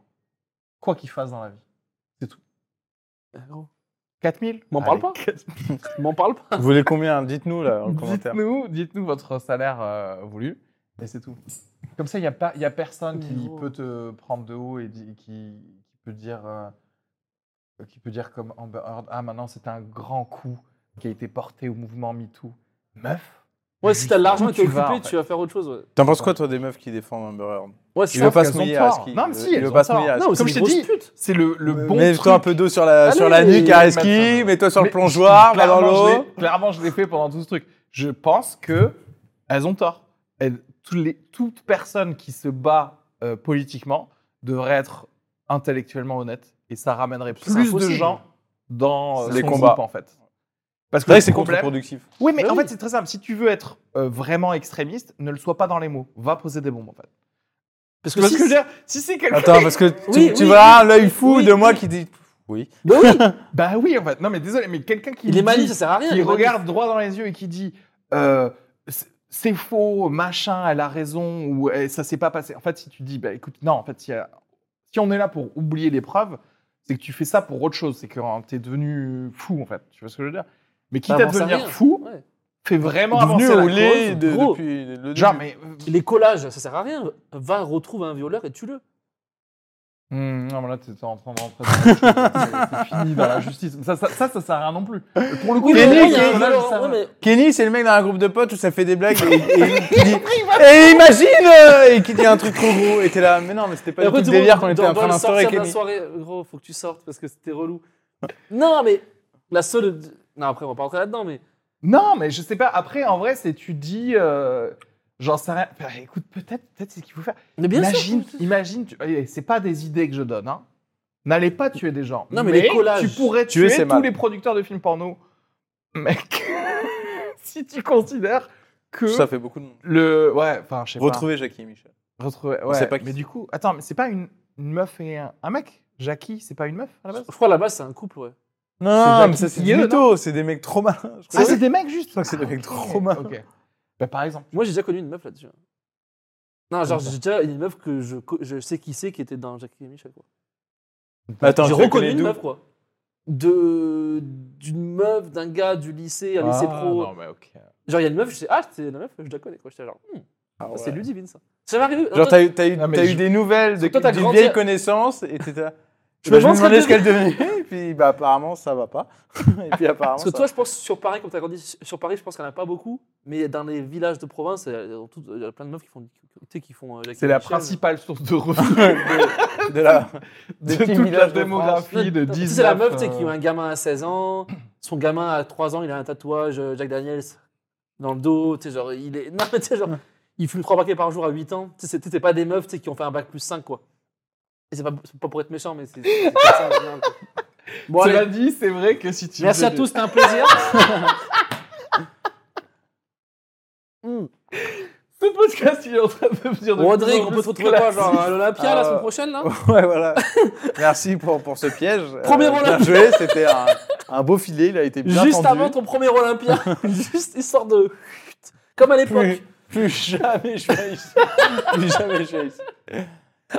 Quoi qu'il fasse dans la vie. 4000
Eh, M'en parle pas. M'en parle pas.
Vous voulez combien Dites-nous là en commentaire.
Dites-nous dites votre salaire euh, voulu, et c'est tout. Comme ça, il n'y a, pas- il y a personne qui
Numéro.
peut te prendre de haut et di- qui, qui peut dire. euh, qui peut dire comme Amber Heard, ah maintenant c'est un grand coup qui a été porté au mouvement MeToo. Meuf
Ouais, si t'as de l'argent et t'es
Où tu
occupé,
vas, en fait
tu vas faire autre chose. Ouais,
T'en penses quoi, toi, des meufs qui défendent Amber Heard
ouais
Il
c'est
veut
ça.
pas
qu'elles
se
ont
mouiller
tort.
à ce qu'il-
Non, mais si,
il
elles
veut
ont
pas se
tort.
mouiller à ce
Non, mais
Comme
c'est
je t'ai
une grosse
dit,
pute.
C'est le, le bon
Mets-toi
truc.
un peu d'eau sur la,
Ah
sur
non,
la
mais-
nuque, à ski, mets-toi sur le
Mais-
plongeoir, va dans
Clairement, je
l'eau.
l'ai- Clairement, je l'ai fait pendant tout ce truc. Je pense que elles ont tort. Elles- tous les- toute personne qui se bat euh, politiquement devrait être intellectuellement honnête et ça ramènerait plus de
impossible.
gens dans euh,
Les
son
combats.
groupe, en fait. Parce
C'est vrai
le
que c'est
problème-
contre-productif.
Oui, mais
Bah
en
oui.
fait, c'est très simple. Si tu veux être euh, vraiment extrémiste, ne le sois pas dans les mots. Va poser des bombes, en fait.
Parce
Tu
que
vois ce
si
que je veux dire Si c'est quelqu'un.
Attends, parce que tu,
Oui,
tu
oui,
vas
oui.
l'œil fou
Oui,
de
oui.
moi qui dit oui.
Bah oui,
Bah oui, en fait. Non, mais désolé, mais quelqu'un qui.
il est
dit-
malin, ça sert à rien.
qui
les manifs.
regarde droit dans les yeux et qui dit euh, c'est- c'est faux, machin, elle a raison ou eh, ça s'est pas passé. En fait, si tu dis bah écoute, non, en fait, il y a- si on est là pour oublier les preuves, c'est que tu fais ça pour autre chose, c'est que hein, t'es devenu fou en fait. Tu vois ce que je veux dire Mais quitte à
avance à
devenir
rien.
fou,
Ouais.
fais vraiment
Bah, Devenu
avancer
au
la
lait
cause.
de-
gros.
depuis le début.
Genre, mais euh,
Les collages, ça sert à rien. Va, retrouve un violeur et tue-le.
Hum, non, mais là, t'es t'es en train de rentrer dans autre chose. C'est- c'est fini dans la justice. Ça, ça, ça, ça sert à rien non plus. Pour le coup,
Oui,
les
mais
mais
lui,
au
mecs,
moins, il y a
qui-
un
là,
violeur.
ça-
Ouais, mais
Kenny, c'est le mec dans un groupe de potes où ça fait des blagues et, et qui dit et imagine euh, et qui dit un truc trop gros et t'es là mais non mais c'était pas
Et
du tout
après,
le
tout le
délire
monde
qu'on était
doit-
en train
doit le
d'instaurer
sortir de la
Kenny.
soirée, gros, faut que tu sortes parce que c'était relou. non, mais la seule. Non, après, on va pas rentrer là-dedans, mais.
Non, mais je sais pas. Après, en vrai, c'est tu dis. euh, J'en sais rien. Bah, écoute, peut-être, peut-être c'est ce qu'il faut faire.
Mais bien
imagine,
sûr.
imagine. tu- eh, C'est pas des idées que je donne. hein. N'allez pas tuer des gens.
Non, mais les collages.
Tu pourrais tuer,
Tuer, c'est
tous
mal.
les producteurs de films porno, mec. si tu considères que
Ça fait beaucoup de monde.
le, ouais, enfin, je sais pas.
Retrouvez Jackie et Michel.
Retrouver.
On sait
Ouais.
pas qui
mais
c'est.
du coup, attends, mais c'est pas une, une meuf et un, un mec. Jackie, c'est pas une meuf à la base.
Je crois là-bas, c'est un couple, ouais.
Non mais ça c'est
Jackie
du
Eux,
mytho, c'est des mecs trop malins. je
Ah,
crois.
c'est des mecs juste. Je
crois que c'est des mecs trop mal.
Ok. Bah, par exemple.
Moi, j'ai déjà connu une meuf là-dessus. Non, genre,
ça
j'ai déjà une meuf que je, co- je sais qui c'est qui était dans Jackie et Michel, quoi.
Mais Attends,
J'ai
tu la
reconnu
connais
une
d'où
meuf, quoi. De. D'une meuf, d'un gars du lycée, un lycée
Ah,
pro.
Non, mais ok.
Genre, il y a une meuf, je sais, ah, c'est la meuf, je la connais, quoi. J'étais genre, hmm,
Ah, ouais.
c'est Ludivine, ça. Ça m'est arrivé.
Genre t'as eu t'as eu,
Non, mais
t'as eu
je-
des nouvelles de
Toi, t'as
d'une
grandi à-
vieille connaissance et t'étais là.
Je
Bah,
me
je me
demande ce
demandais ce
qu'elle
qu'elle devenait et puis bah apparemment ça va pas. Et puis apparemment
Parce que
ça-
toi, je pense, sur Paris, comme tu as grandi sur Paris, je pense qu'il n'y en a pas beaucoup. Mais dans les villages de province, il y a- il y a toutes- il y a plein de meufs qui font, qui, tu sais, qui font euh, Jackie
C'est la
Michel.
principale source de revenus
de, de la
de
des petits
toute la
villages de France.
démographie de
Tu
10
sais, c'est la meuf tu sais, qui a un gamin à 16 ans, son gamin à 3 ans, il a un tatouage euh, Jack Daniels dans le dos. Tu sais, genre, il est. Non, mais tu sais, genre, il fume 3 paquets par jour à 8 ans. Tu sais, c'est- tu sais, c'est pas des meufs tu sais, qui ont fait un bac plus 5, quoi. Et c'est pas, c'est pas pour être méchant, mais c'est. c'est comme ça, en général, quoi. Bon, allez.
Cela dit, c'est vrai que si tu.
Merci à tous, c'était un plaisir. Hmm.
Ce podcast, il est en train de devenir de
Rodrigue,
plus en
on peut
plus
te retrouver quoi
classique.
Genre à l'Olympia
Ah,
la semaine prochaine là
Ouais, voilà. Merci pour, pour ce piège. Euh,
Premier
bien
Olympia.
joué, c'était un, un beau filet, il a été bien
Juste
tendu.
avant ton premier Olympia. Juste histoire de. Comme à l'époque.
Plus, plus jamais je vais ici. Plus jamais je vais ici.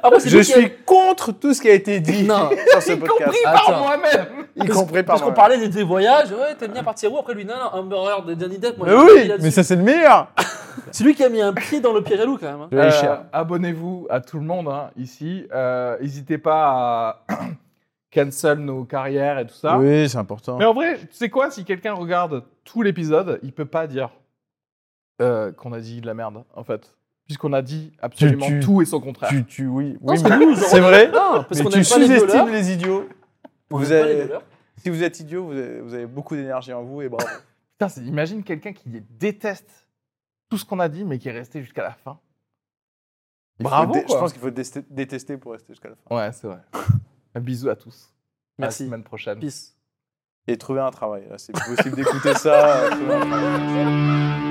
Ah, moi, c'est
Je
lui qui a-
suis contre tout ce qui a été dit
Non.
sur ce
Y compris
podcast.
par
Attends.
moi-même
Y compris par
Ah, Parce
moi.
qu'on parlait des, des voyages, ouais, t'aimes bien partir où Après lui, non, non, Hamburger de Johnny Depp, moi
Mais
j'ai
oui,
là-dessus.
mais ça c'est le meilleur.
C'est lui qui a mis un pied dans le Pirelou quand même. hein.
Euh,
Euh, Abonnez-vous à tout le monde hein, ici. Euh, N'hésitez pas à cancel nos carrières et tout ça.
Oui, c'est important.
Mais en vrai, tu sais quoi Si quelqu'un regarde tout l'épisode, il peut pas dire euh, qu'on a dit de la merde, en fait. Puisqu'on a dit absolument
Tu- tu-
tout et son contraire.
Tu, tu, oui,
Non,
oui,
c'est
mais-
nous, genre,
c'est vrai.
Non, parce
mais
qu'on
tu
aime pas les
sous-estimes
voleurs.
les, idiots.
On
Vous
aime pas les
avez-
voleurs.
Si vous êtes idiot, vous avez, vous avez beaucoup d'énergie en vous et bravo.
Putain, c'est- imagine quelqu'un qui déteste tout ce qu'on a dit, mais qui est resté jusqu'à la fin.
Il faut
Bravo,
dé-
quoi.
Je pense qu'il faut dé- détester pour rester jusqu'à la fin.
Ouais, c'est vrai. Un bisou à tous. À
Merci.
la semaine prochaine.
Peace.
Et trouver un travail. là, C'est possible d'écouter ça. euh, trouver un travail.